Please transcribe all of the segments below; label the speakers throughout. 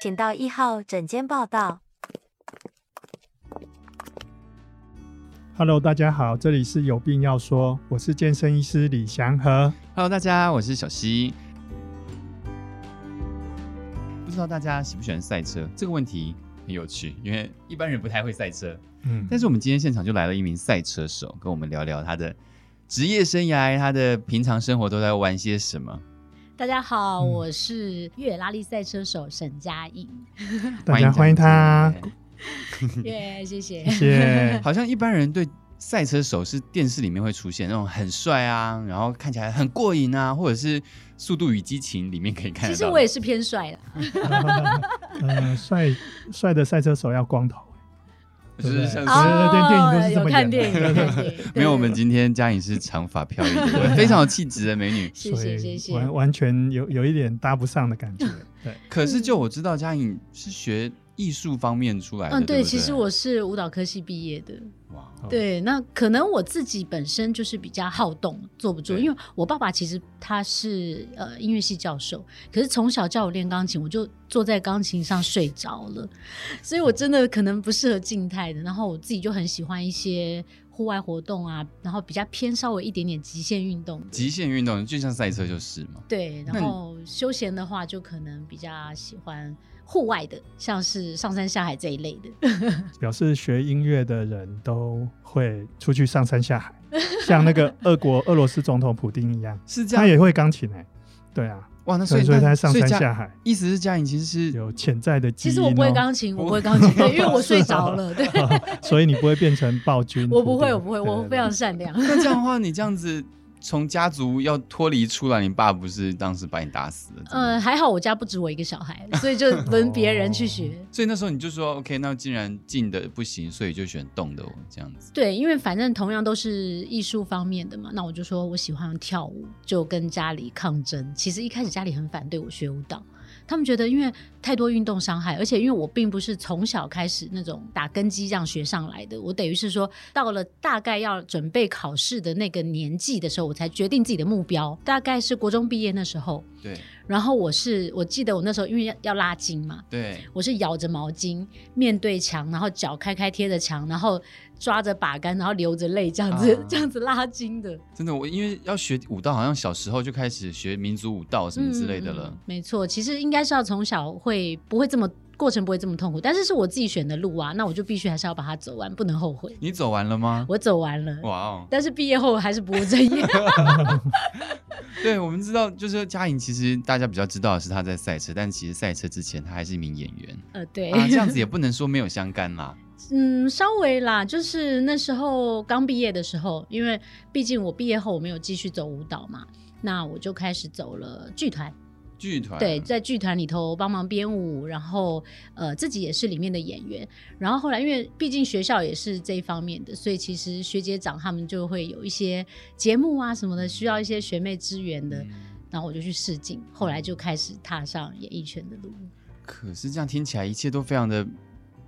Speaker 1: 请到一号诊间报到。
Speaker 2: Hello，大家好，这里是有病要说，我是健身医师李祥和。
Speaker 3: Hello，大家，我是小溪。不知道大家喜不喜欢赛车这个问题很有趣，因为一般人不太会赛车。
Speaker 2: 嗯
Speaker 3: 但是我们今天现场就来了一名赛车手，跟我们聊聊他的职业生涯，他的平常生活都在玩些什么。
Speaker 4: 大家好，
Speaker 2: 嗯
Speaker 4: 我是越野拉力赛车手沈 佳颖。
Speaker 2: 大家欢迎 他，
Speaker 3: 蒋姐
Speaker 4: 耶、谢 谢。
Speaker 2: 谢谢。
Speaker 3: 好像一般人对赛车手是电视里面会出现那种很帅啊，然后看起来很过瘾啊，或者是《速度与激情》里面可以看
Speaker 4: 其
Speaker 3: 得到。
Speaker 4: 实我也是偏帅啦，
Speaker 2: 嗯，帅帅的赛车手要光头，
Speaker 3: 就是
Speaker 2: 对
Speaker 3: 像是
Speaker 2: 不对
Speaker 4: 哦
Speaker 2: 对对电影都是这么
Speaker 4: 有看
Speaker 2: 演
Speaker 4: 电影，
Speaker 2: 的
Speaker 4: 有 看电影。对
Speaker 3: 没有，我们今天嘉颖是长发飘逸的， 非常有气质的美女。
Speaker 4: 谢谢谢
Speaker 2: 所以完
Speaker 4: 谢。
Speaker 2: 完全有有一点搭不上的感 觉。对，
Speaker 3: 可是就我知道，嘉颖是学艺术方面出来的。
Speaker 4: 嗯，
Speaker 3: 对
Speaker 4: 对，
Speaker 3: 不对，
Speaker 4: 其实我是舞蹈科系毕业的。
Speaker 3: 哇，
Speaker 4: 对，那可能我自己本身就是比较好动，坐不住。
Speaker 3: 对
Speaker 4: 因为我爸爸其实他是呃音乐系教授，可是从小叫我练钢琴，我就坐在钢琴上睡着了，所以我真的可能不适合静态的。然后我自己就很喜欢一些户外活动啊，然后比较偏稍微一点点极限运动的。
Speaker 3: 极限运动就像赛车就是嘛。
Speaker 4: 对，
Speaker 3: 那
Speaker 4: 然
Speaker 3: 你
Speaker 4: 后休闲的话，就可能比较喜欢户外的，像是上山下海这一 类的。
Speaker 2: 表示学音乐的人都会出去上山下海， 像那个俄国俄罗斯总统普丁一 样，
Speaker 3: 是这
Speaker 4: 啊
Speaker 2: 他
Speaker 3: 样
Speaker 2: 也会钢琴哎、对啊，
Speaker 3: 哇，那
Speaker 2: 所
Speaker 3: 所
Speaker 2: 以
Speaker 3: 以
Speaker 2: 所以他
Speaker 3: 那
Speaker 2: 上山
Speaker 3: 所以嘉
Speaker 2: 下海
Speaker 3: 意思是嘉颖其实是
Speaker 2: 有潜在的基
Speaker 4: 其
Speaker 2: 因、哦。
Speaker 4: 实我不会钢琴，我不会钢
Speaker 3: 哦
Speaker 4: 琴，对，因为我睡着 了。对，
Speaker 2: 所以你不会变成暴君。
Speaker 4: 我不会，我
Speaker 2: 普
Speaker 4: 不会，
Speaker 2: 丁
Speaker 4: 我非常。善 良。
Speaker 3: 那这样的话，你这样子从家族要脱离出来，你爸不是当时把你打死了？
Speaker 4: 呃，
Speaker 3: 嗯，
Speaker 4: 还好我家不止我一个小孩，所以就轮别人去学。
Speaker 3: 所以那时候你就说 OK，那既然进的不行，所以就选动的这样子。
Speaker 4: 对，因为反正同样都是艺术方面的嘛，那我就说我喜欢跳舞，就跟家里抗争。其实一开始家里很反对我学舞蹈，他们觉得因为太多运动伤害，而且因为我并不是从小开始那种打根基这样学上来的，我等于是说到了大概要准备考试的那个年纪的时候，我才决定自己的目标，大概是国中毕业那时候。
Speaker 3: 对
Speaker 4: 然后我是我记得我那时候因为要要拉筋嘛，
Speaker 3: 对，
Speaker 4: 我是咬着毛巾面对墙，然后脚开开贴着墙，然后抓着把杆，然后流着泪这样子、
Speaker 3: 啊
Speaker 4: 这样子拉筋的，
Speaker 3: 真的，我因为要学舞蹈，好像小时候就开始学民族舞蹈什么之类的了。
Speaker 4: 嗯嗯嗯没错，其实应该是要从小会不会这么过程不会这么痛苦，但是是我自己选的路啊，那我就必须还是要把它走完，不能后悔。
Speaker 3: 你走完了吗？
Speaker 4: 我走完了，
Speaker 3: 哇哦！
Speaker 4: 但是毕业后还是不务 正业。
Speaker 3: 对，我们知道，就是嘉颖，其实大家比较知道的是她在赛车，但其实赛车之前她还是一名演员
Speaker 4: 呃，对，
Speaker 3: 啊，这样子也不能说没有相干啦。
Speaker 4: 嗯，稍微啦，就是那时候刚毕业的时候，因为毕竟我毕业后我没有继续走舞蹈嘛，那我就开始走了剧团。
Speaker 3: 剧团嗯
Speaker 4: 对，在剧团里头帮忙编舞，然后呃自己也是里面的演员。然后后来因为毕竟学校也是这一方面的，所以其实学姐长他们就会有一些节目啊什么的，需要一些学妹支援的。
Speaker 3: 嗯
Speaker 4: 然后我就去试镜，后来就开始踏上演艺圈的路。
Speaker 3: 可是这样听起来一切都非常的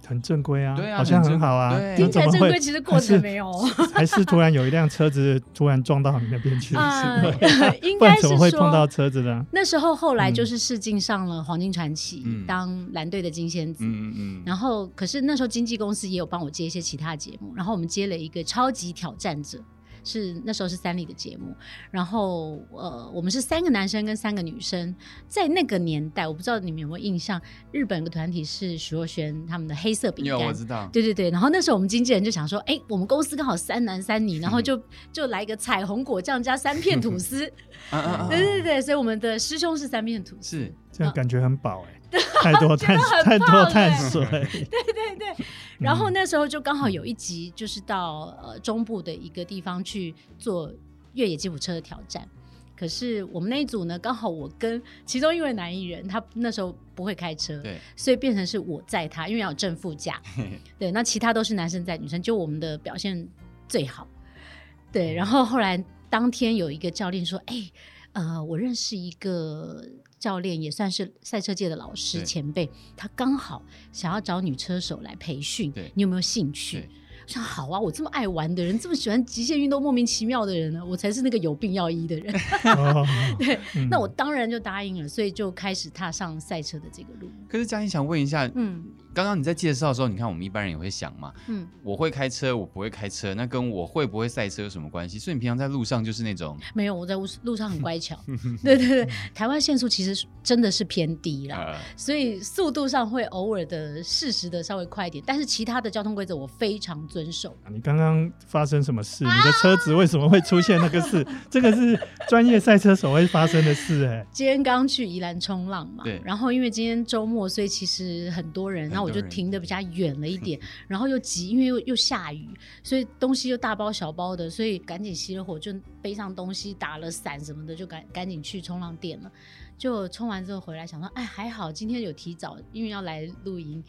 Speaker 2: 很正规啊，
Speaker 3: 对啊
Speaker 2: 好像很
Speaker 3: 很正
Speaker 2: 好啊。
Speaker 3: 对
Speaker 2: 那
Speaker 4: 听起来
Speaker 2: 怎么
Speaker 4: 正
Speaker 2: 会
Speaker 4: 规，其实过程没有。
Speaker 2: 还是突然有一辆车子突然撞到你那边去，
Speaker 4: 啊
Speaker 2: 是吧
Speaker 4: 应
Speaker 2: 不然
Speaker 4: 该
Speaker 2: 怎
Speaker 4: 是
Speaker 2: 么会碰到
Speaker 4: 说。
Speaker 2: 车子呢？嗯
Speaker 4: 那时候后来就是试镜上了《黄金传奇》
Speaker 3: 嗯
Speaker 4: 当蓝队的金仙子，
Speaker 3: 嗯嗯嗯，
Speaker 4: 然后，可是那时候经纪公司也有帮我接一些其他节目，然后我们接了一个《超级挑战者》，是那时候是三立的节目，然后呃，我们是三个男生跟三个女生，在那个年代，我不知道你们有没有印象，日本有个团体是徐若瑄他们的黑色饼
Speaker 3: 有我
Speaker 4: 干。
Speaker 3: 知道，
Speaker 4: 对对对，然后那时候我们经纪人就想说，哎，我们公司刚好三男三女，然后就就来一个彩虹果酱加三片吐司，
Speaker 3: 啊啊啊
Speaker 4: 对对对，所以我们的师兄是三片吐 司，
Speaker 3: 是
Speaker 2: 这样感觉很饱 哎、太多碳 太多
Speaker 4: 欸
Speaker 2: 碳水，
Speaker 4: 对对对，然后那时候就刚好有一集，就是到呃中部的一个地方去做越野吉普车的挑战。可是我们那一组呢，刚好我跟其中一位男艺人，他那时候不会开车，
Speaker 3: 对，
Speaker 4: 所以变成是我载他，因为要有正副驾。对，那其他都是男生载女生，就我们的表现最好。
Speaker 3: 嗯
Speaker 4: 对，然后后来当天有一个教练说：“哎、呃，我认识一个教练，也算是赛车界的老师
Speaker 3: 对
Speaker 4: 前辈，他刚好想要找女车手来培训
Speaker 3: 对，
Speaker 4: 你有没有兴趣
Speaker 3: 对？”
Speaker 4: 我想好啊，我这么爱玩的人，这么喜欢极限运动，莫名其妙的人呢，我才是那个有病要医的人。
Speaker 2: 哦
Speaker 4: 对，
Speaker 2: 嗯
Speaker 4: 那我当然就答应了，所以就开始踏上赛车的这个路。
Speaker 3: 可是嘉欣想问一下，
Speaker 4: 嗯
Speaker 3: 刚刚你在介绍的时候，你看我们一般人也会想嘛，
Speaker 4: 嗯，
Speaker 3: 我会开车，我不会开车，那跟我会不会赛车有什么关系？所以你平常在路上就是那种
Speaker 4: 没有，我在路路上很乖巧。对对对，台湾限速其实真的是偏低 啦，
Speaker 3: 呃，
Speaker 4: 所以速度上会偶尔的适时的稍微快一点，但是其他的交通规则我非常遵守。
Speaker 2: 啊你刚刚发生什么事？
Speaker 4: 啊
Speaker 2: 你的车子为什么会出现那个事？ 这个是专业赛车手会发生的事哎、
Speaker 4: 今天刚去宜兰冲浪嘛
Speaker 3: 对，
Speaker 4: 然后因为今天周末，所以其实很多人，
Speaker 3: 很多人
Speaker 4: 那我就停的比较远了 一点，然后又急，因为又又下雨，所以东西又大包小包的，所以赶紧熄了火，就背上东西，打了伞什么的，就赶赶紧去冲浪店了。就冲完之后回来，想说，哎，还好今天有提早，因为要来录音，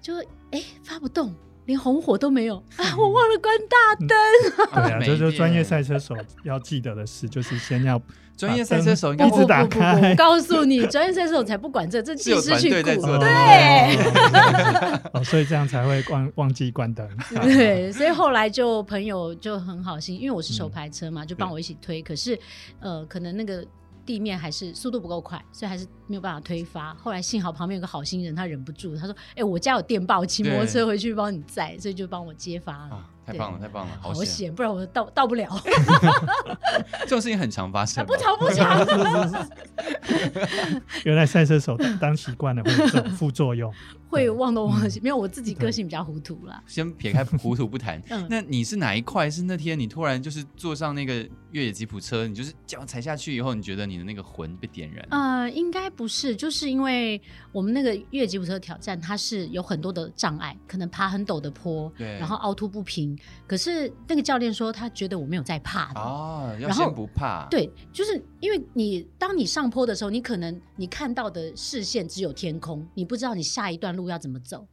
Speaker 4: 就哎发不动，连红火 都没有啊，我忘了关大灯。
Speaker 2: 对啊，
Speaker 3: 每一
Speaker 2: 这就是
Speaker 3: 遍
Speaker 2: 专业赛车手要记得的事，就是先要
Speaker 3: 专业赛车手应该
Speaker 2: 一
Speaker 4: 不
Speaker 3: 是
Speaker 2: 直
Speaker 4: 不不
Speaker 2: 打
Speaker 4: 不不，
Speaker 2: 开
Speaker 4: 我。告诉你，专业赛车手才不管这，这
Speaker 3: 是
Speaker 4: 技
Speaker 3: 有
Speaker 4: 师
Speaker 3: 团
Speaker 4: 去
Speaker 3: 队在
Speaker 4: 鼓
Speaker 3: 做的，
Speaker 4: 对。
Speaker 2: 哦，所以这样才会忘忘记关灯。
Speaker 4: 对，所以后来就朋友就很好心，因为我是手
Speaker 3: 嗯
Speaker 4: 排车嘛，就帮我一起推。可是，呃，可能那个地面还是速度不够快，所以还是没有办法推发。后来幸好旁边有个好心人，他忍不住，他说：“哎、我家有电报，我骑摩托车回去帮你载。”所以就帮我揭发了。
Speaker 3: 啊，太棒了，太棒了，
Speaker 4: 好
Speaker 3: 险！
Speaker 4: 险，不然我到到 不了，
Speaker 3: 这种事情很常发生吧，
Speaker 4: 啊不长不长。
Speaker 2: 原来赛车手当习惯了会有这种副作用。
Speaker 4: 会忘东忘西，没有我自己个性比较糊涂啦。，
Speaker 3: 先撇开糊涂不谈
Speaker 4: 嗯
Speaker 3: 那你是哪一块？是那天你突然就是坐上那个越野吉普车，你就是脚踩下去以后，你觉得你的那个魂被点燃？
Speaker 4: 呃，应该不是，就是因为我们那个越野吉普车挑战，它是有很多的障碍，可能爬很陡的坡，
Speaker 3: 对
Speaker 4: 然后凹凸不平。可是那个教练说，他觉得我没有在怕的。
Speaker 3: 哦，要
Speaker 4: 然后
Speaker 3: 先不怕，，
Speaker 4: 对，就是因为你当你上坡的时候，你可能你看到的视线只有天空，你不知道你下一段路要怎么走。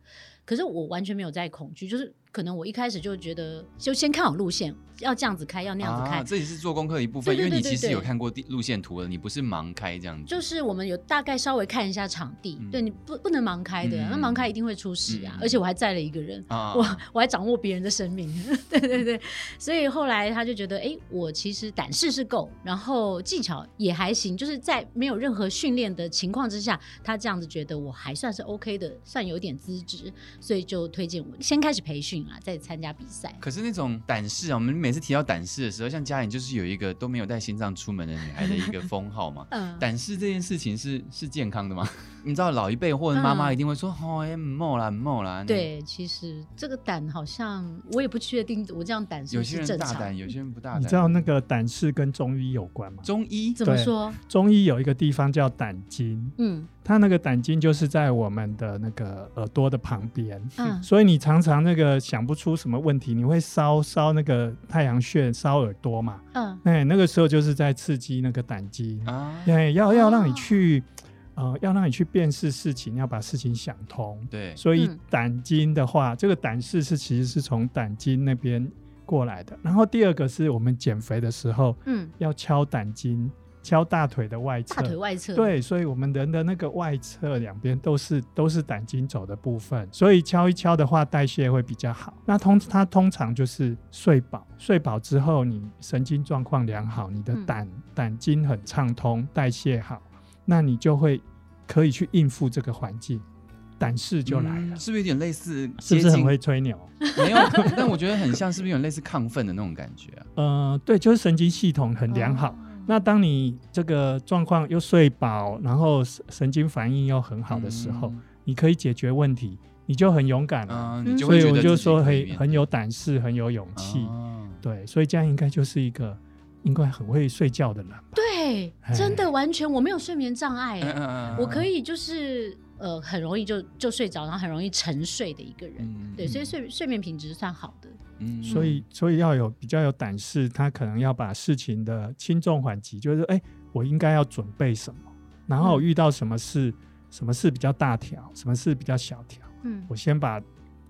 Speaker 4: 可是我完全没有在恐惧，就是可能我一开始就觉得，就先看好路线，要这样子开，要那样子开
Speaker 3: 啊，，这也是做功课的一部分，
Speaker 4: 对对
Speaker 3: 因为你
Speaker 4: 对
Speaker 3: 其
Speaker 4: 对
Speaker 3: 实
Speaker 4: 对
Speaker 3: 有看过地路线图了，你不是盲开这样子，
Speaker 4: 就是我们有大概稍微看一下场地，
Speaker 3: 嗯
Speaker 4: 对你不不能盲开的，
Speaker 3: 嗯
Speaker 4: 那盲开一定会出事啊！
Speaker 3: 嗯
Speaker 4: 而且我还载了一个人，
Speaker 3: 啊，
Speaker 4: 我我还掌握别人的生命， 对对对，所以后来他就觉得，哎、我其实胆识是够，然后技巧也还行，就是在没有任何训练的情况之下，他这样子觉得我还算是 OK 的，算有点资质，所以就推荐我先开始培训啊，再参加比赛。。
Speaker 3: 可是那种胆识啊，我们每次提到胆识的时候，像嘉颖就是有一个都没有带心脏出门的女孩的一个封号嘛
Speaker 4: 嗯，
Speaker 3: 胆识这件事情是是健康的吗？你知道老一辈或者妈妈
Speaker 4: 嗯
Speaker 3: 一定会说，哦，哎，冒啦冒啦。，
Speaker 4: 对，其实这个胆好像我也不确定，我这样胆是
Speaker 3: 有
Speaker 4: 不
Speaker 3: 些
Speaker 4: 是
Speaker 3: 人
Speaker 4: 正
Speaker 3: 大
Speaker 4: 常？
Speaker 3: 胆，有些人不大胆。
Speaker 2: 你知道那个胆识跟中医有关吗？
Speaker 3: 中医
Speaker 4: 怎么
Speaker 2: 对
Speaker 4: 说？
Speaker 2: 中医有一个地方叫胆经，
Speaker 4: 嗯
Speaker 2: 它那个胆经就是在我们的那个耳朵的旁边。
Speaker 4: 嗯
Speaker 2: 所以你常常那个想不出什么问题，你会烧烧那个太阳穴、烧耳朵嘛？
Speaker 4: 嗯
Speaker 2: 哎，那个时候就是在刺激那个胆经，
Speaker 3: 啊，
Speaker 2: 对，要要让你
Speaker 4: 哦
Speaker 2: 去，呃，要让你去辨识事情，要把事情想通。
Speaker 3: 对，
Speaker 2: 所以
Speaker 4: 嗯
Speaker 2: 胆经的话，这个胆识是其实是从胆经那边过来的。然后第二个是我们减肥的时候
Speaker 4: 嗯，
Speaker 2: 要敲胆经，敲大腿的外侧。
Speaker 4: 大腿外侧，，
Speaker 2: 对，所以我们人的那个外侧两边都是都是胆经走的部分，所以敲一敲的话，代谢会比较好。那通它通常就是睡饱，睡饱之后你神经状况良好，你的
Speaker 4: 嗯
Speaker 2: 胆、胆经很畅通，代谢好，那你就会可以去应付这个环境，胆识就来了。
Speaker 3: 嗯是不是有点类似
Speaker 2: 是
Speaker 3: 接
Speaker 2: 不是很
Speaker 3: 近？
Speaker 2: 会吹牛？
Speaker 3: 没有，但我觉得很像，是不是有点类似亢奋的那种感觉啊？
Speaker 2: 呃，对，就是神经系统很良
Speaker 4: 嗯
Speaker 2: 好。那当你这个状况又睡饱，然后神神经反应又很好的时候，你可以解决问题，你就很勇敢了。
Speaker 3: 嗯，
Speaker 4: 嗯
Speaker 3: 你就
Speaker 2: 所
Speaker 3: 会
Speaker 2: 以
Speaker 3: 觉得
Speaker 2: 我就
Speaker 3: 自己
Speaker 2: 说
Speaker 3: 可以
Speaker 2: 很
Speaker 3: 面
Speaker 2: 很有胆识，很有勇气。
Speaker 3: 哦
Speaker 2: 对，所以这样应该就是一个应该很会睡觉的人吧。
Speaker 4: 对，
Speaker 3: 哎
Speaker 4: 真的完全我没有睡眠障碍、欸
Speaker 3: 嗯嗯嗯嗯
Speaker 4: 哎我可以就是呃很容易就就睡着，然后很容易沉睡的一个人，
Speaker 3: 嗯
Speaker 4: 对，所以
Speaker 3: 嗯
Speaker 4: 睡睡眠品质算好的，
Speaker 3: 嗯
Speaker 2: 所以，所以要有比较有胆识，他可能要把事情的轻重缓急，就是哎、诶我应该要准备什么，然后我
Speaker 4: 嗯
Speaker 2: 遇到什么事，什么事比较大条，什么事比较小条，
Speaker 4: 嗯
Speaker 2: 我先把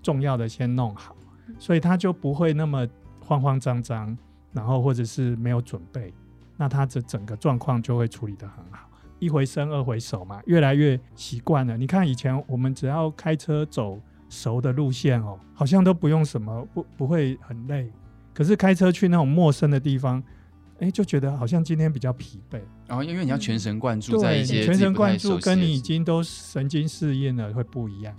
Speaker 2: 重要的先弄好，所以他就不会那么慌慌张张，然后或者是没有准备，那他这整个状况就会处理得很好。一回生，二回熟嘛，越来越习惯了。你看以前我们只要开车走熟的路线哦，好像都不用什么，不不会很累。可是开车去那种陌生的地方，哎，就觉得好像今天比较疲惫。
Speaker 3: 然后因为你要全神贯注在
Speaker 2: 对，
Speaker 3: 一
Speaker 2: 你
Speaker 3: 些
Speaker 2: 全
Speaker 3: 自己
Speaker 2: 神
Speaker 3: 不太
Speaker 2: 贯注，
Speaker 3: 熟悉
Speaker 2: 跟
Speaker 3: 的
Speaker 2: 你已
Speaker 3: 事
Speaker 2: 经都神经适应了会不一样。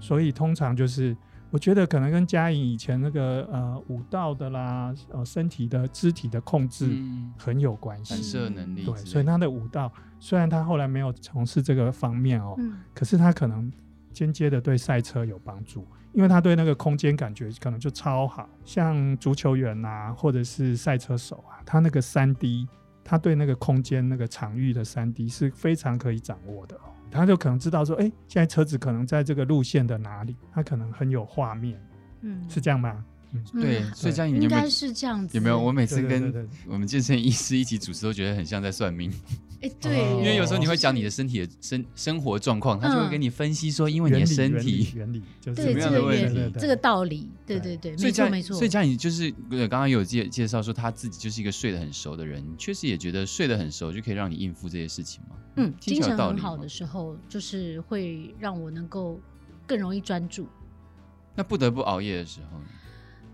Speaker 2: 所以通常就是，我觉得可能跟嘉颖以前那个呃舞蹈的啦，呃身体的肢体的控制
Speaker 3: 嗯
Speaker 2: 很有关系。
Speaker 3: 反射能力之
Speaker 2: 对
Speaker 3: 类的，，
Speaker 2: 所以他的舞蹈虽然他后来没有从事这个方面哦，
Speaker 1: 嗯，
Speaker 2: 可是他可能间接的对赛车有帮助，因为他对那个空间感觉可能就超好。像足球员啊，或者是赛车手啊，他那个三 D，他对那个空间那个场域的三 D 是非常可以掌握的、哦。他就可能知道说，哎、现在车子可能在这个路线的哪里，他可能很有画面，
Speaker 1: 嗯
Speaker 2: 是这样吗？嗯，
Speaker 3: 对，
Speaker 4: 嗯
Speaker 3: 所
Speaker 2: 对
Speaker 3: 以嘉颖你
Speaker 4: 应
Speaker 3: 有没
Speaker 4: 该
Speaker 3: 有
Speaker 4: 是这样子。
Speaker 3: 有没有？我每次
Speaker 2: 对对对
Speaker 3: 跟
Speaker 2: 对，
Speaker 3: 我们健身医师一起主持，都觉得很像在算命，
Speaker 4: 哎、对，
Speaker 2: 哦
Speaker 3: 因为有时候你会讲你的身体的生生活状况，他就会
Speaker 4: 嗯
Speaker 3: 跟你分析说，因为你
Speaker 2: 原
Speaker 3: 的
Speaker 2: 理
Speaker 3: 身
Speaker 2: 原理
Speaker 3: 体
Speaker 2: 原理就是
Speaker 3: 什
Speaker 4: 对
Speaker 3: 么
Speaker 4: 这
Speaker 3: 样的
Speaker 4: 个
Speaker 3: 问
Speaker 4: 也
Speaker 3: 题
Speaker 4: 这个道理，对对
Speaker 2: 对
Speaker 4: 对，
Speaker 3: 所
Speaker 4: 没
Speaker 3: 以
Speaker 4: 错
Speaker 3: 嘉
Speaker 4: 没错。
Speaker 3: 所以嘉颖就是呃，刚刚有介介绍说他自己就是一个睡得很熟的人，你确实也觉得睡得很熟就可以让你应付这些事情吗？
Speaker 4: 嗯，
Speaker 3: 听起
Speaker 4: 精
Speaker 3: 来
Speaker 4: 神
Speaker 3: 有道
Speaker 4: 很
Speaker 3: 理
Speaker 4: 好
Speaker 3: 吗
Speaker 4: 的时候，就是会让我能够更容易专注。
Speaker 3: 那不得不熬夜的时候呢，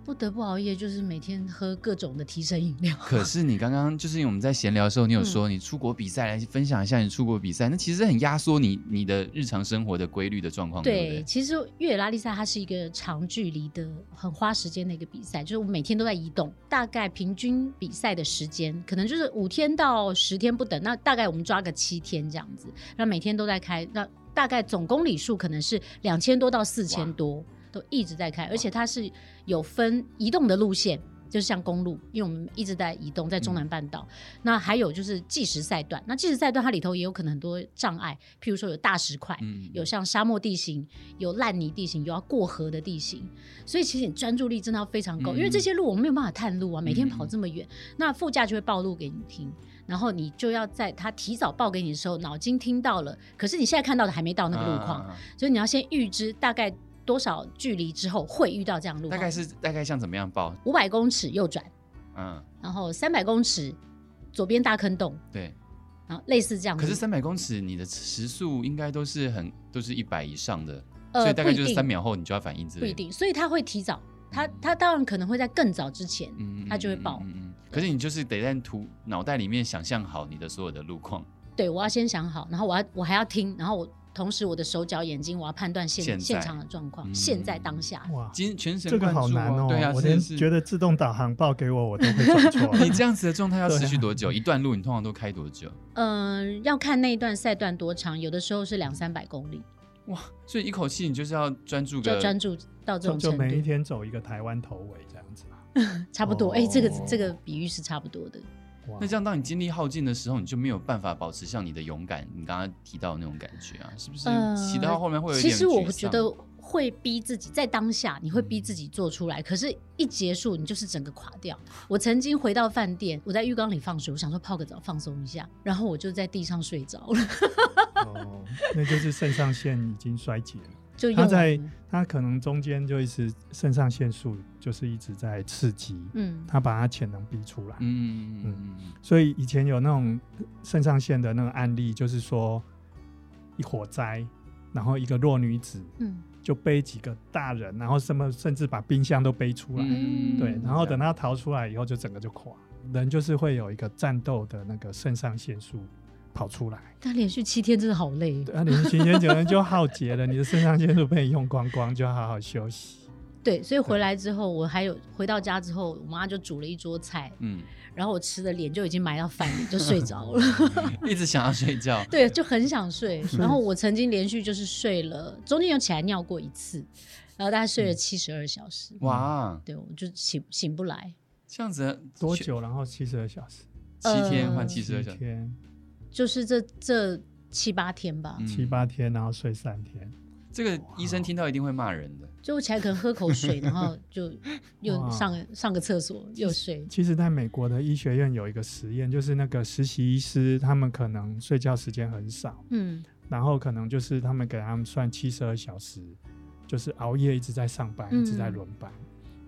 Speaker 4: 不得不熬夜，就是每天喝各种的提神饮料。
Speaker 3: 可是你刚刚就是因为我们在闲聊的时候，你有
Speaker 4: 嗯
Speaker 3: 说你出国比赛，来分享一下你出国比赛，那其实很压缩你你的日常生活的规律的状况，对不
Speaker 4: 对，
Speaker 3: 对？
Speaker 4: 其实越野拉力赛它是一个长距离的、很花时间的一个比赛，就是我们每天都在移动，大概平均比赛的时间可能就是五天到十天不等，那大概我们抓个七天这样子，那每天都在开，那大概总公里数可能是两千多到四千多，都一直在开，而且它是有分移动的路线。就是像公路，因为我们一直在移动，在中
Speaker 3: 嗯
Speaker 4: 南半岛。那还有就是计时赛段，那计时赛段它里头也有可能很多障碍，譬如说有大石块，
Speaker 3: 嗯
Speaker 4: 有像沙漠地形，有烂泥地形，有要过河的地形，所以其实你专注力真的要非常够，
Speaker 3: 嗯
Speaker 4: 因为这些路我们没有办法探路啊，每天
Speaker 3: 嗯
Speaker 4: 跑这么远，那副驾就会报路给你听，然后你就要在他提早报给你的时候，脑筋听到了，可是你现在看到的还没到那个路况，
Speaker 3: 啊
Speaker 4: 所以你要先预知大概多少距离之后会遇到这样的路
Speaker 3: 嗯大
Speaker 4: 况，
Speaker 3: 概是大概像怎么样报？
Speaker 4: 五百公尺右转，
Speaker 3: 嗯，
Speaker 4: 然后三百公尺左边大坑洞，
Speaker 3: 对。
Speaker 4: 然后类似这样子。
Speaker 3: 可是三百公尺，你的时速应该都是很都是一百以上的，
Speaker 4: 呃
Speaker 3: 所以大概就是
Speaker 4: 不一定
Speaker 3: 三秒后你就要反应之类
Speaker 4: 不
Speaker 3: 的。
Speaker 4: 一定，所以他会提早，他他当然可能会在更早之前，
Speaker 3: 嗯，嗯
Speaker 4: 他就会报。
Speaker 3: 嗯嗯嗯可是你就是得在图脑袋里面想象好你的所有的路况，
Speaker 4: 对我要先想好，然后我要我还要听，然后我同时我的手脚眼睛我要判断现
Speaker 3: 现在
Speaker 4: 现场的状况，
Speaker 3: 嗯
Speaker 4: 现在当下。
Speaker 2: 哇，
Speaker 3: 今全神
Speaker 2: 这个
Speaker 3: 贯注、
Speaker 2: 好
Speaker 3: 啊。
Speaker 2: 难哦，
Speaker 3: 对啊，
Speaker 2: 我
Speaker 3: 是
Speaker 2: 连
Speaker 3: 是
Speaker 2: 觉得自动导航报给我我都会转 错
Speaker 3: 哦。你这样子的状态要
Speaker 2: 对啊
Speaker 3: 持续多久？一段路你通常都开多久？
Speaker 4: 嗯、要看那一段赛段多长，有的时候是两三百公里，
Speaker 3: 哇，所以一口气你就是要专注
Speaker 4: 就
Speaker 3: 个
Speaker 4: 要专注到这
Speaker 2: 就
Speaker 4: 种
Speaker 2: 就
Speaker 4: 程
Speaker 2: 每一
Speaker 4: 度，
Speaker 2: 天走一个台湾头尾这样子啊嘛。
Speaker 4: 差不多。哎、这个
Speaker 2: 哦
Speaker 4: 这个比喻是差不多的。
Speaker 2: 哇
Speaker 3: 那这样，当你精力耗尽的时候，你就没有办法保持像你的勇敢，你刚刚提到的那种感觉啊，是不是？骑到后面会有一
Speaker 4: 嗯其
Speaker 3: 点
Speaker 4: 实我
Speaker 3: 沮
Speaker 4: 觉
Speaker 3: 丧嗯
Speaker 4: 得会逼自己在当下，你会逼自己做出来，可是，一结束你就是整个垮掉。我曾经回到饭店，我在浴缸里放水，我想说泡个澡放松一下，然后我就在地上睡着了，
Speaker 2: 哦，那就是肾上腺已经衰竭了。
Speaker 4: 就用
Speaker 2: 他
Speaker 4: 完
Speaker 2: 在
Speaker 4: 了
Speaker 2: 他可能中间就一直肾上腺素就是一直在刺激，
Speaker 4: 嗯
Speaker 2: 他把他潜能逼出来。
Speaker 3: 嗯嗯嗯嗯
Speaker 2: 所以以前有那种肾上腺的那个案例，就是说一火灾，然后一个弱女子
Speaker 4: 嗯，
Speaker 2: 就背几个大人，然后什么甚至把冰箱都背出来，
Speaker 3: 嗯，
Speaker 2: 对，然后等
Speaker 3: 到
Speaker 2: 他逃出来以后，就整个就垮。人就是会有一个战斗的那个肾上腺素跑出来，
Speaker 4: 但连续七天真的好累。
Speaker 2: 对啊，你的情绪可能就耗竭了，你的肾上腺素被你用光光，就要好好休息。
Speaker 4: 对，所以回来之后，我还有回到家之后，我妈就煮了一桌菜，
Speaker 3: 嗯，
Speaker 4: 然后我吃的脸就已经埋到饭里，就睡着了。
Speaker 3: 嗯一直想要睡觉，
Speaker 4: 对，就很想睡。然后我曾经连续就是睡了，中间有起来尿过一次，然后大概睡了七十二小时。
Speaker 3: 哇，
Speaker 4: 对，我就醒醒不来，
Speaker 3: 这样子
Speaker 2: 多？久？然后七十二小时，
Speaker 3: 七天换
Speaker 4: 呃
Speaker 3: 七十二
Speaker 2: 七
Speaker 3: 小时，
Speaker 2: 天、
Speaker 4: 就是这这七八天吧。
Speaker 3: 嗯
Speaker 2: 七八天，然后睡三天，
Speaker 3: 这个医生听到一定会骂人的。
Speaker 4: 就我起来可能喝口水，然后就又
Speaker 2: 哇
Speaker 4: 上个上个厕所又睡。
Speaker 2: 其实，在美国的医学院有一个实验，就是那个实习医师，他们可能睡觉时间很少，
Speaker 4: 嗯，
Speaker 2: 然后可能就是他们给他们算七十二小时，就是熬夜一直在上班，
Speaker 4: 嗯
Speaker 2: 一直在轮班。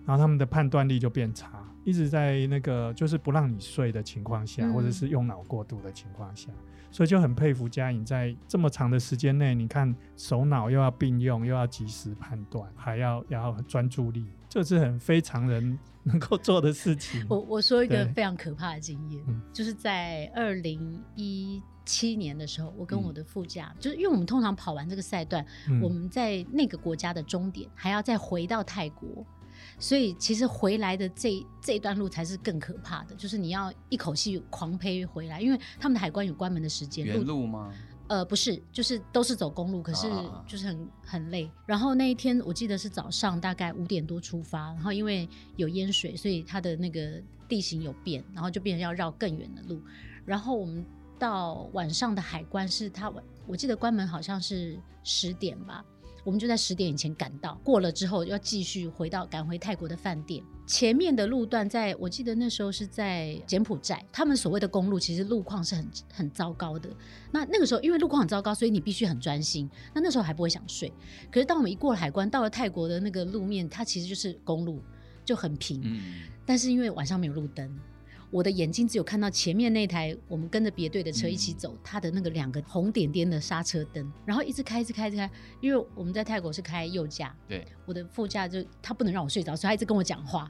Speaker 2: 然后他们的判断力就变差，一直在那个就是不让你睡的情况下，
Speaker 4: 嗯
Speaker 2: 或者是用脑过度的情况下，所以就很佩服佳颖在这么长的时间内，你看手脑又要并用，又要及时判断，还要要专注力，这是很非常人能够做的事情。
Speaker 4: 我我说一个
Speaker 2: 嗯对
Speaker 4: 非常可怕的经验
Speaker 2: 嗯，
Speaker 4: 就是在二零一七年的时候，我跟
Speaker 3: 嗯
Speaker 4: 我的副驾，就是因为我们通常跑完这个赛段，
Speaker 2: 嗯
Speaker 4: 我们在那个国家的终点还要再回到泰国，所以其实回来的这这一段路才是更可怕的，就是你要一口气狂飞回来，因为他们的海关有关门的时间，
Speaker 3: 原路吗？
Speaker 4: 呃，不是，就是都是走公路，可是
Speaker 3: 啊
Speaker 4: 就是很很累。然后那一天我记得是早上大概五点多出发，然后因为有淹水，所以它的那个地形有变，然后就变成要绕更远的路。然后我们到晚上的海关是它晚，我记得关门好像是十点吧，我们就在十点以前赶到，过了之后要继续回到赶回泰国的饭店。前面的路段在，我记得那时候是在柬埔寨，他们所谓的公路其实路况是很很糟糕的。那那个时候因为路况很糟糕，所以你必须很专心。那那时候还不会想睡，可是当我们一过了海关，到了泰国的那个路面，它其实就是公路，就很平。
Speaker 3: 嗯，
Speaker 4: 但是因为晚上没有路灯，我的眼睛只有看到前面那台我们跟着别队的车一起走，它的那个两个红点点的刹车灯，然后一直开，一直开，一直开。因为我们在泰国是开右驾，
Speaker 3: 对，
Speaker 4: 我的副驾就他不能让我睡着，所以他一直跟我讲话，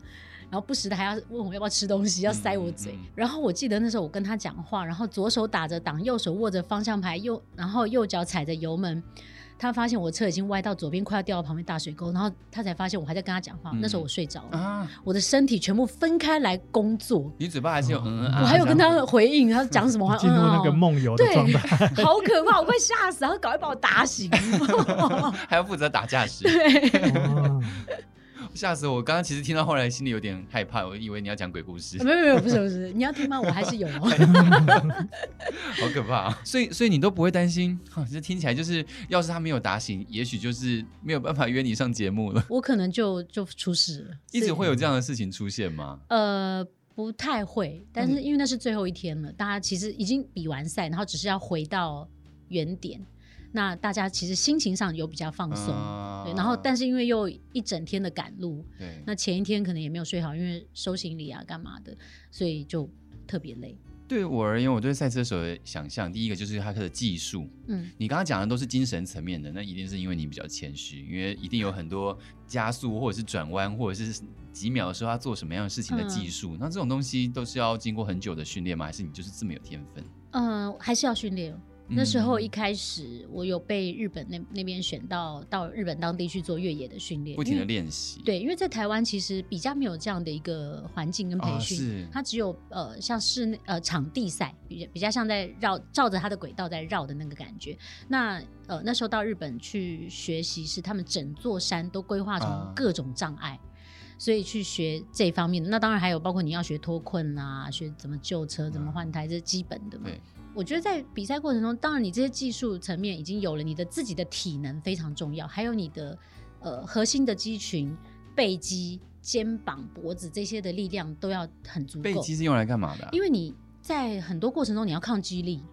Speaker 4: 然后不时的还要问我要不要吃东西，要塞我嘴。
Speaker 3: 嗯嗯
Speaker 4: 然后我记得那时候我跟他讲话，然后左手打着档，右手握着方向盘，右然后右脚踩着油门。他发现我车已经歪到左边，快要掉到旁边大水沟，然后他才发现我还在跟他讲话。
Speaker 3: 嗯
Speaker 4: 那时候我睡着了，
Speaker 3: 啊，
Speaker 4: 我的身体全部分开来工作。
Speaker 3: 你嘴巴还是有嗯嗯啊，
Speaker 4: 我还有跟
Speaker 3: 这
Speaker 4: 他
Speaker 3: 样
Speaker 4: 回应，他讲什 么？我还
Speaker 2: 进入那个
Speaker 4: 嗯嗯嗯
Speaker 2: 梦游的
Speaker 4: 对
Speaker 2: 状态，
Speaker 4: 好可怕，我快吓死，然后赶快把我打 醒。
Speaker 3: 还要负责打架时，
Speaker 4: 对，
Speaker 2: 哇
Speaker 3: 吓死我！我刚刚其实听到后来心里有点害怕，我以为你要讲鬼故事，
Speaker 4: 没有没有，不是不是，你要听吗？我还是有哦。
Speaker 3: 好可怕、啊。 所以所以你都不会担心，哼这听起来就是，要是他没有打醒，也许就是没有办法约你上节目了。
Speaker 4: 我可能就就出事了，
Speaker 3: 一直
Speaker 4: 所以
Speaker 3: 会有这样的事情出现吗？
Speaker 4: 呃。不太会，但是因为那是最后一天了，大家其实已经比完赛，然后只是要回到原点。那大家其实心情上有比较放松，
Speaker 3: 啊
Speaker 4: 对。然后，但是因为又一整天的赶路，
Speaker 3: 对，
Speaker 4: 那前一天可能也没有睡好，因为收行李啊干嘛的，所以就特别累。
Speaker 3: 对我而言，我对赛车手的想象，第一个就是他的技术，
Speaker 4: 嗯，
Speaker 3: 你刚刚讲的都是精神层面的，那一定是因为你比较谦虚，因为一定有很多加速或者是转弯或者是几秒的时候要做什么样的事情
Speaker 4: 嗯
Speaker 3: 的技术。那这种东西都是要经过很久的训练吗？还是你就是这么有天分？
Speaker 4: 呃，还是要训练。那时候一
Speaker 3: 嗯
Speaker 4: 开始，我有被日本那那边选到到日本当地去做越野的训练，
Speaker 3: 不停
Speaker 4: 因
Speaker 3: 的
Speaker 4: 为
Speaker 3: 练习，
Speaker 4: 对，因为在台湾其实比较没有这样的一个环境跟培
Speaker 3: 啊
Speaker 4: 训，
Speaker 3: 是
Speaker 4: 它只有呃像室内呃场地赛，比较比较像在绕照着它的轨道在绕的那个感觉。那呃那时候到日本去学习，是他们整座山都规划
Speaker 3: 啊
Speaker 4: 成各种障碍。所以去学这方面的，那当然还有包括你要学脱困啦，学怎么救车、怎么换胎，这是基本的嘛。
Speaker 3: 嗯对
Speaker 4: 我觉得在比赛过程中，当然你这些技术层面已经有了，你的自己的体能非常重要，还有你的呃核心的肌群、背肌、肩膀、脖子这些的力量都要很足
Speaker 3: 背
Speaker 4: 够，
Speaker 3: 肌是用来干嘛的啊、
Speaker 4: 因为你在很多过程中你要抗击力，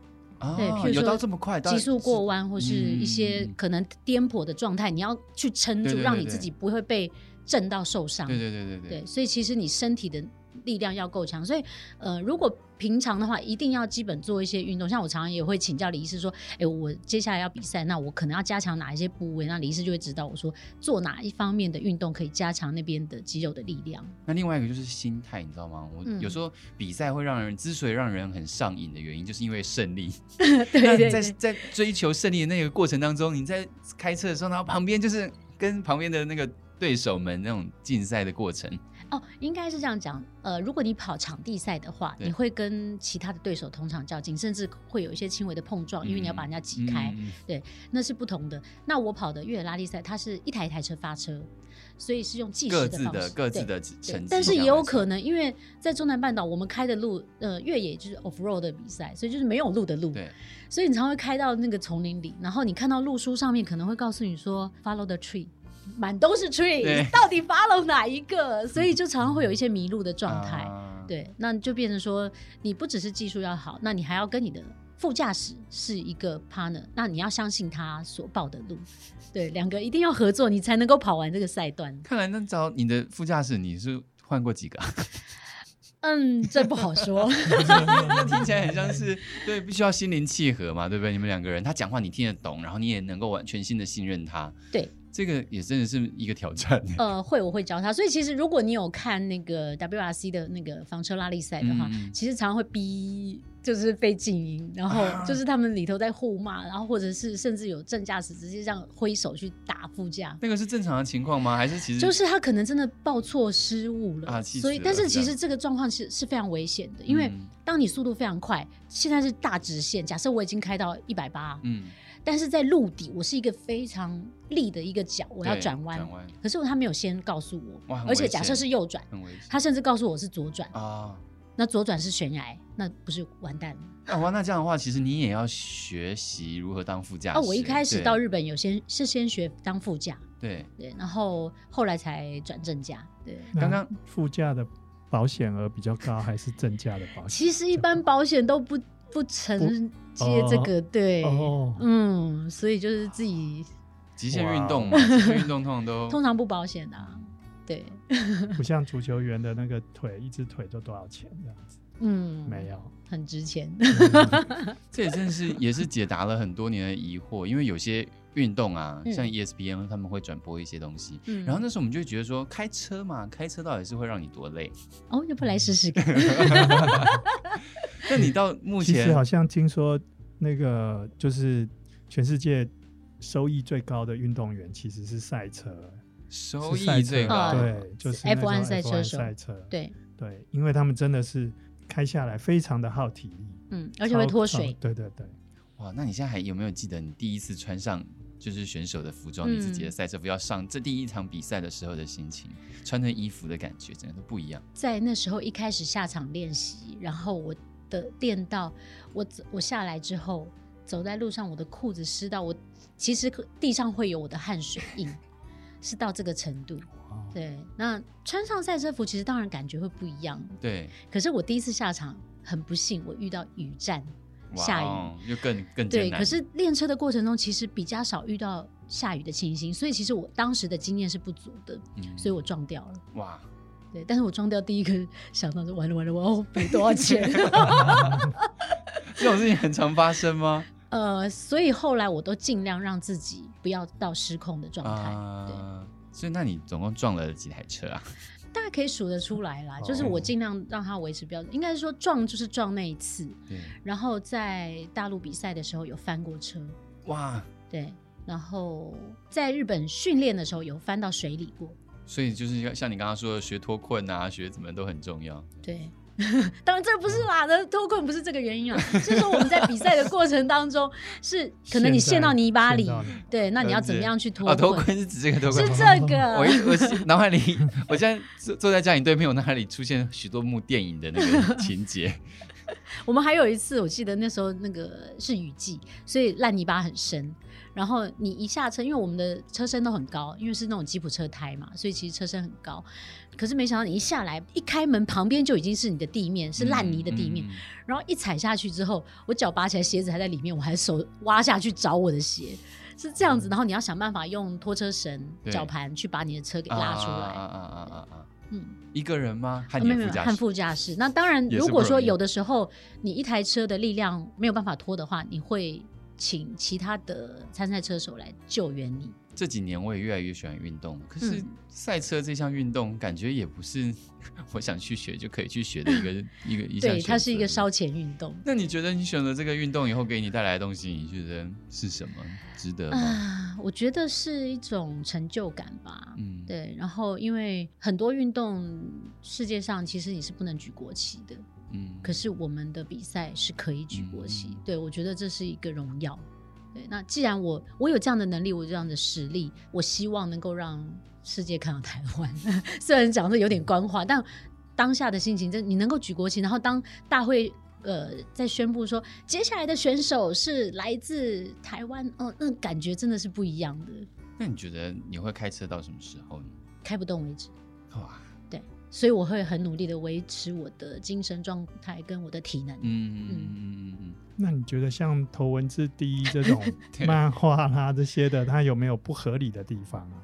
Speaker 4: 对，譬
Speaker 3: 啊，有
Speaker 4: 如说
Speaker 3: 到这么快，到
Speaker 4: 急速过弯或是一些
Speaker 3: 嗯
Speaker 4: 可能颠簸的状态，你要去撑
Speaker 3: 对对
Speaker 4: 住，
Speaker 3: 对
Speaker 4: 让
Speaker 3: 对
Speaker 4: 你自己不会被震到受伤。
Speaker 3: 对对对对
Speaker 4: 对，所以其实你身体的力量要够强，所以呃，如果平常的话，一定要基本做一些运动。像我常常也会请教李医师说，哎，我接下来要比赛，那我可能要加强哪一些部位？那李医师就会指导我说，做哪一方面的运动可以加强那边的肌肉的力量。
Speaker 3: 那另外一个就是心态，你知道吗？我
Speaker 4: 嗯
Speaker 3: 有时候比赛会让人之所以让人很上瘾的原因，就是因为胜利。
Speaker 4: 对
Speaker 3: 那
Speaker 4: 对
Speaker 3: 在
Speaker 4: 对
Speaker 3: 在追求胜利的那个过程当中，你在开车的时候，然后旁边就是跟旁边的那个对手们那种竞赛的过程，
Speaker 4: 哦，应该是这样讲。呃，如果你跑场地赛的话，
Speaker 3: 对
Speaker 4: 你会跟其他的对手同场较劲，甚至会有一些轻微的碰撞，因为你要把人家挤开。
Speaker 3: 嗯
Speaker 4: 那是不同的。那我跑的越野拉力赛，它是一台一台车发车，所以是用计
Speaker 3: 各
Speaker 4: 时
Speaker 3: 自
Speaker 4: 方式，
Speaker 3: 的各自
Speaker 4: 对
Speaker 3: 的
Speaker 4: 对
Speaker 3: 成绩，
Speaker 4: 但是也有可。能，因为在中南半岛，我们开的路，呃，越野就是 off road 的比赛，所以就是没有路的路，
Speaker 3: 对，
Speaker 4: 所以你常会开到那个丛林里，然后你看到路书上面可能会告诉你说 follow the tree，满都是
Speaker 3: 对
Speaker 4: tree，到底 follow 哪一个？所以就常常会有一些迷路的状态。
Speaker 3: 啊，
Speaker 4: 对，那就变成说，你不只是技术要好，那你还要跟你的副驾驶是一个 partner，那你要相信他所报的路，对，两个一定要合作，你才能够跑完这个赛段。
Speaker 3: 看来那找你的副驾驶你是换过几个、 啊？
Speaker 4: 嗯，这不好说。
Speaker 3: 那听起来很像是对，必须要心灵契合嘛，对不对？你们两个人，他讲话你听得懂，然后你也能够完全心的信任他，
Speaker 4: 对，
Speaker 3: 这个也真的是一个挑战。
Speaker 4: 呃，会我会教他，所以其实如果你有看那个 WRC 的那个房车拉力赛的话，
Speaker 3: 嗯
Speaker 4: 其实常常会逼就是非静音，然后
Speaker 3: 啊
Speaker 4: 就是他们里头在互骂，然后或者是甚至有正驾驶直接这样挥手去打副驾。
Speaker 3: 那个是正常的情况吗？还是其实
Speaker 4: 就是他可能真的报错失误了，
Speaker 3: 嗯啊气
Speaker 4: 所以
Speaker 3: 死了
Speaker 4: 但是
Speaker 3: 这
Speaker 4: 其
Speaker 3: 样
Speaker 4: 实这个状况是是非常危险的，因为
Speaker 3: 嗯
Speaker 4: 当你速度非常快，现在是大直线，假设我已经开到一百八，
Speaker 3: 嗯，
Speaker 4: 但是在陆底我是一个非常力的一个角，我要
Speaker 3: 对
Speaker 4: 转弯
Speaker 3: 转，弯
Speaker 4: 可是他没有先告诉我
Speaker 3: 哇，很
Speaker 4: 而且
Speaker 3: 危
Speaker 4: 假设
Speaker 3: 险
Speaker 4: 是右转，
Speaker 3: 很危险
Speaker 4: 他甚至告诉我是左转，
Speaker 3: 啊。
Speaker 4: 那左转是悬崖，那不是完蛋了？
Speaker 3: 那哇，那这样的话，其实你也要学习如何当副驾驶。
Speaker 4: 啊，我一开始
Speaker 3: 对
Speaker 4: 到日本有先是先学当副驾，
Speaker 3: 对，
Speaker 4: 对，然后后来才转正驾，对。
Speaker 2: 那
Speaker 3: 刚刚
Speaker 2: 副驾的保险额比较高，还是正价的保 险？
Speaker 4: 其实一般保险都不不承接这个，对，
Speaker 2: 哦，
Speaker 4: 嗯，所以就是自己
Speaker 3: 极限运动嘛，极限运动通常都
Speaker 4: 哦 通常不保险的、啊，对，
Speaker 2: 不像足球员的那个腿，一只腿都多少钱这样子？
Speaker 4: 嗯，
Speaker 2: 没 有，
Speaker 4: 很值钱，
Speaker 3: 这也真是也是解答了很多年的疑惑，因为有些运动啊，
Speaker 4: 嗯
Speaker 3: 像 ESPN 他们会转播一些东西，
Speaker 4: 嗯，
Speaker 3: 然后那时候我们就会觉得说，开车嘛，开车到底是会让你多累？
Speaker 4: 哦，要不来试试看，
Speaker 3: 那你到目
Speaker 2: 其实
Speaker 3: 前
Speaker 2: 好像听说那个就是全世界收益最高的运动员其实是赛车，
Speaker 3: 收
Speaker 2: 是赛
Speaker 3: 益
Speaker 2: 车
Speaker 3: 最
Speaker 4: 啊
Speaker 3: 高，
Speaker 2: 对，就是那
Speaker 4: F1
Speaker 2: 种 F1
Speaker 4: 哦赛车手
Speaker 2: 赛车，
Speaker 4: 对，
Speaker 2: 对，因为他们真的是开下来非常的耗体力，
Speaker 4: 嗯，而且会
Speaker 2: 超
Speaker 4: 脱
Speaker 2: 超
Speaker 4: 水，
Speaker 2: 对对对，
Speaker 3: 哇，那你现在还有没有记得你第一次穿上就是选手的服装，你自己的
Speaker 4: 嗯
Speaker 3: 赛车服要上这第一场比赛的时候的心情，穿着衣服的感觉，整个都不一样。
Speaker 4: 在那时候一开始下场练习，然后我的练到我走我下来之后，走在路上我的裤子湿到我，其实地上会有我的汗水印，是到这个程度。
Speaker 2: 哦
Speaker 4: 对，那穿上赛车服其实当然感觉会不一样，
Speaker 3: 对，
Speaker 4: 可是我第一次下场很不幸，我遇到雨战，下雨
Speaker 3: 哦，就更更艰
Speaker 4: 对，
Speaker 3: 难。
Speaker 4: 可是练车的过程中其实比较少遇到下雨的情形，所以其实我当时的经验是不足的，
Speaker 3: 嗯
Speaker 4: 所以我撞掉了。
Speaker 3: 哇，
Speaker 4: 对，但是我撞掉第一个想到是完了完了，我要赔多少钱？
Speaker 3: 这种事情很常发生吗？
Speaker 4: 呃，所以后来我都尽量让自己不要到失控的状态，
Speaker 3: 啊，所以那你总共撞了几台车啊？
Speaker 4: 大家可以数得出来啦。就是
Speaker 2: 哦
Speaker 4: 我尽量让它维持标准，应该是说撞就是撞那一次，
Speaker 3: 对，
Speaker 4: 然后在大陆比赛的时候有翻过车，
Speaker 3: 哇，
Speaker 4: 对，然后在日本训练的时候有翻到水里过，
Speaker 3: 所以就是要像你刚刚说的，学脱困啊，学怎么都很重要。
Speaker 4: 对。 当然，这不是啦，那脱困不是这个原因啊， 是说我们在比赛的过程当中，是可能你陷到泥巴里
Speaker 2: 陷到泥，
Speaker 4: 对，那你要怎么样去
Speaker 3: 啊，
Speaker 4: 脱
Speaker 3: 脱
Speaker 4: 困？
Speaker 3: 困是指这个脱
Speaker 4: 是
Speaker 3: 困。
Speaker 4: 这个，
Speaker 3: 我 一我是脑海里，我现在坐坐在家里对面，我脑海里出现许多幕电影的那个情节。
Speaker 4: 我们还有一次，我记得那时候那个是雨季，所以烂泥巴很深。然后你一下车，因为我们的车身都很高，因为是那种吉普车胎嘛，所以其实车身很高。可是没想到你一下来，一开门旁边就已经是你的地面， 是烂泥的地面。
Speaker 3: 嗯嗯嗯
Speaker 4: 然后一踩下去之后，我脚拔起来，鞋子还在里面，我还手挖下去找我的鞋，是这样子。然后你要想办法用拖车绳、
Speaker 3: 嗯对
Speaker 4: 绞盘去把你的车给拉出来。
Speaker 3: 啊啊啊啊啊啊！
Speaker 4: 嗯。
Speaker 3: 一个人吗？和你
Speaker 4: 没
Speaker 3: 的
Speaker 4: 哦有没有
Speaker 3: 副驾
Speaker 4: 和
Speaker 3: 驶？
Speaker 4: 副驾驶。那当然，
Speaker 3: 也是
Speaker 4: 如果
Speaker 3: 不
Speaker 4: 说
Speaker 3: 容易
Speaker 4: 有的时候你一台车的力量没有办法拖的话，你会请其他的参赛车手来救援你。
Speaker 3: 这几年我也越来越喜欢运动，可是
Speaker 4: 嗯
Speaker 3: 赛车这项运动感觉也不是 我想去学就可以去学的一 个一个一项。
Speaker 4: 对，它是一个烧。钱运动
Speaker 3: 那你觉得你选择这个运动以后，给你带来的东西，你觉得是什么？值得吗？
Speaker 4: 啊，我觉得是一种成就感吧。
Speaker 3: 嗯，，
Speaker 4: 对，然后因为很多运动世界上其实你是不能举国旗的，
Speaker 3: 嗯，
Speaker 4: 可是我们的比赛是可以举国旗，
Speaker 3: 嗯
Speaker 4: 对我觉得这是一个荣耀。对，那既然我我有这样的能力，我有这样的实力，我希望能够让世界看到台湾。 虽然讲的
Speaker 3: 嗯
Speaker 4: 有点官话，但当下的心情，这你能够举国旗，然后当大会。呃，在宣布说接下来的选手是来自台湾，哦、那感觉真的是不一样的，
Speaker 3: 那你觉得你会开车到什么时候呢？哦
Speaker 4: 开不动为止。
Speaker 3: 哇，
Speaker 4: 对，所以我会很努力的维持我的精神状态跟我的体能。
Speaker 3: 嗯嗯嗯嗯
Speaker 2: 那你觉得像头文字 D 这 种
Speaker 3: 对
Speaker 2: 漫画啦这些的，它有没有不合理的地方啊？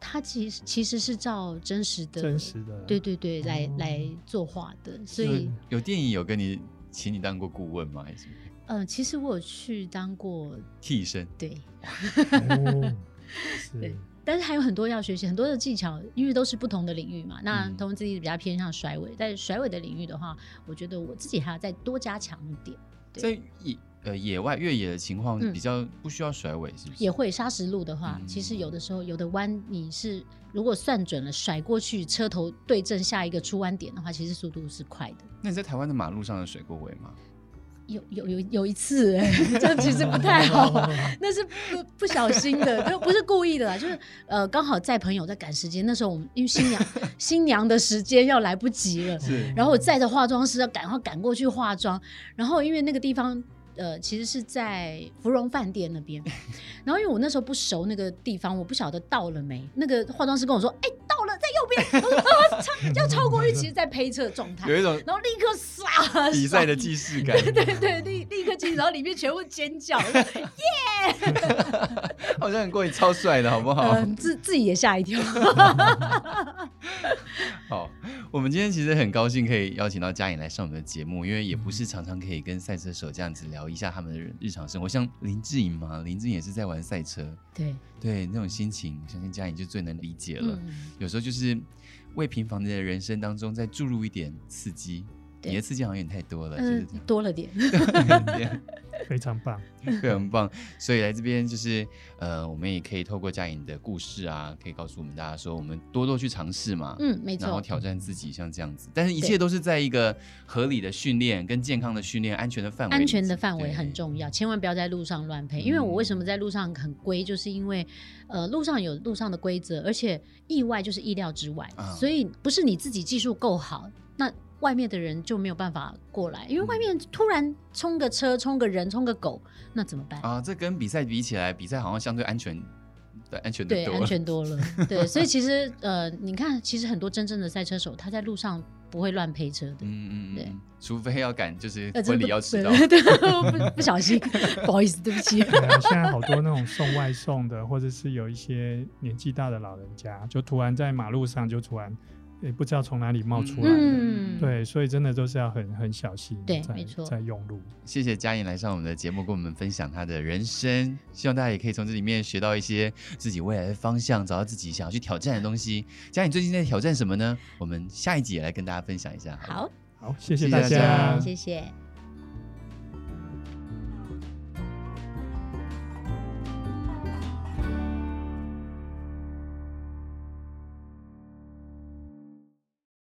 Speaker 4: 它其实其实是照真实的
Speaker 2: 真实的，
Speaker 4: 对对对，来、
Speaker 2: 哦
Speaker 4: 来作画的，所
Speaker 3: 嗯，
Speaker 4: 以
Speaker 3: 有有电影有跟你请你当过顾问吗？还是什么
Speaker 4: 嗯、呃其实我有去当过
Speaker 3: 替身？
Speaker 4: 对，
Speaker 2: 哦，是
Speaker 4: 对但是还有很多要学习，很多的技巧，因为都是不同的领域嘛。那
Speaker 3: 嗯
Speaker 4: 同文字 D 比较偏向甩尾，在甩尾的领域的话，我觉得我自己还要再多加强一点，对
Speaker 3: 在野呃野外越野的情况
Speaker 4: 嗯
Speaker 3: 比较不需要甩尾，是不是？
Speaker 4: 也会砂石路的话，
Speaker 3: 嗯
Speaker 4: 其实有的时候有的弯你是如果算准了甩过去，车头对正下一个出弯点的话，其实速度是快的。
Speaker 3: 那你在台湾的马路上有甩过尾 吗？
Speaker 4: 有有有有一次、欸，这样其实不太 好。那是不不小心的，就不是故意的啦，就是呃，刚好在朋友在赶时间，那时候我们因为新娘 新娘的时间要来不及了，
Speaker 3: 是
Speaker 4: 然后 我载着化妆师要赶快赶过去化妆，然后因为那个地方。呃，其实是在芙蓉饭店那边，然后因为我那时候不熟那个地方，我不晓得到了没。那个化妆师跟我说：“哎、到了，在右边。”我说：“啊，超要超过去，其实在胚测状态。
Speaker 3: 有” 一种
Speaker 4: 然后立刻撒
Speaker 3: 比赛的既视感，
Speaker 4: 对对，立立刻进，然后里面全部尖 叫，
Speaker 3: 哦好像很过瘾，超帅的好不好？
Speaker 4: 嗯，自自己也 吓一跳。
Speaker 3: 好，我们今天其实很高兴可以邀请到嘉颖来上我们的节目，因为也不
Speaker 4: 嗯
Speaker 3: 是常常可以跟赛车手这样子聊一下他们的日日常生活，像林志颖嘛，林志颖也是在玩赛车，
Speaker 4: 对，
Speaker 3: 对那种心情，相信嘉颖就最能理解了。，
Speaker 4: 嗯
Speaker 3: 有时候就是为平凡的人生当中再注入一点刺激，
Speaker 4: 对
Speaker 3: 你的刺激好像有点太多了，就是
Speaker 4: 嗯
Speaker 3: 这，样
Speaker 4: 多了点，
Speaker 2: 非常棒。
Speaker 3: 会很棒。所以来这边就是呃，我们也可以透过嘉颖的故事啊，可以告诉我们大家说，我们多多去尝试嘛，
Speaker 4: 嗯，没
Speaker 3: 然后
Speaker 4: 错，
Speaker 3: 挑战自己，像这样子，但是一
Speaker 4: 对
Speaker 3: 切都是在一个合理的训练、跟健康的训练、安全的范围里
Speaker 4: 安
Speaker 3: 面，
Speaker 4: 全的范围
Speaker 3: 对
Speaker 4: 很重要，千万不要在路上乱配。因为我
Speaker 3: 嗯
Speaker 4: 为什么在路上很规，就是因为呃，路上有路上的规则，而且意外就是意料之外
Speaker 3: 啊，
Speaker 4: 所以不是你自己技术够好，那。外面的人就没有办法过来，因为
Speaker 3: 嗯
Speaker 4: 外面突然冲个车、冲个人、冲个狗，那怎么办？
Speaker 3: 啊。这跟比赛比起来，比赛好像相对安全，对安全的
Speaker 4: 对，
Speaker 3: 多
Speaker 4: 安全多了。对，所以其实呃，你看，其实很多真正的赛车手，他在路上不会乱配车的。
Speaker 3: 嗯嗯嗯
Speaker 4: 对
Speaker 3: 嗯，除非要赶就是
Speaker 4: 呃，
Speaker 3: 婚
Speaker 4: 真的
Speaker 3: 礼
Speaker 4: 不
Speaker 3: 要 迟到，
Speaker 4: 对对，不不小心， 不好意思，对 不起。
Speaker 2: 对啊，现在好多那种送外送的，或者是有一些年纪大的老人家，就突然在马路上就突然也不知道从哪里冒出来的。
Speaker 4: 嗯
Speaker 2: 对，所以真的都是要很很小心，
Speaker 4: 对
Speaker 2: 在
Speaker 4: 没错
Speaker 2: 在用路。
Speaker 3: 谢谢嘉颖来上我们的节目，跟我们分享她的人生，希望大家也可以从这里面学到一些自己未来的方向，找到自己想要去挑战的东西。嘉颖最近在挑战什么呢？我们下一集也来跟大家分享一下。好了
Speaker 4: 好，
Speaker 2: 好，谢谢
Speaker 3: 谢谢
Speaker 2: 大
Speaker 3: 大
Speaker 2: 家，
Speaker 3: 家
Speaker 4: 谢谢。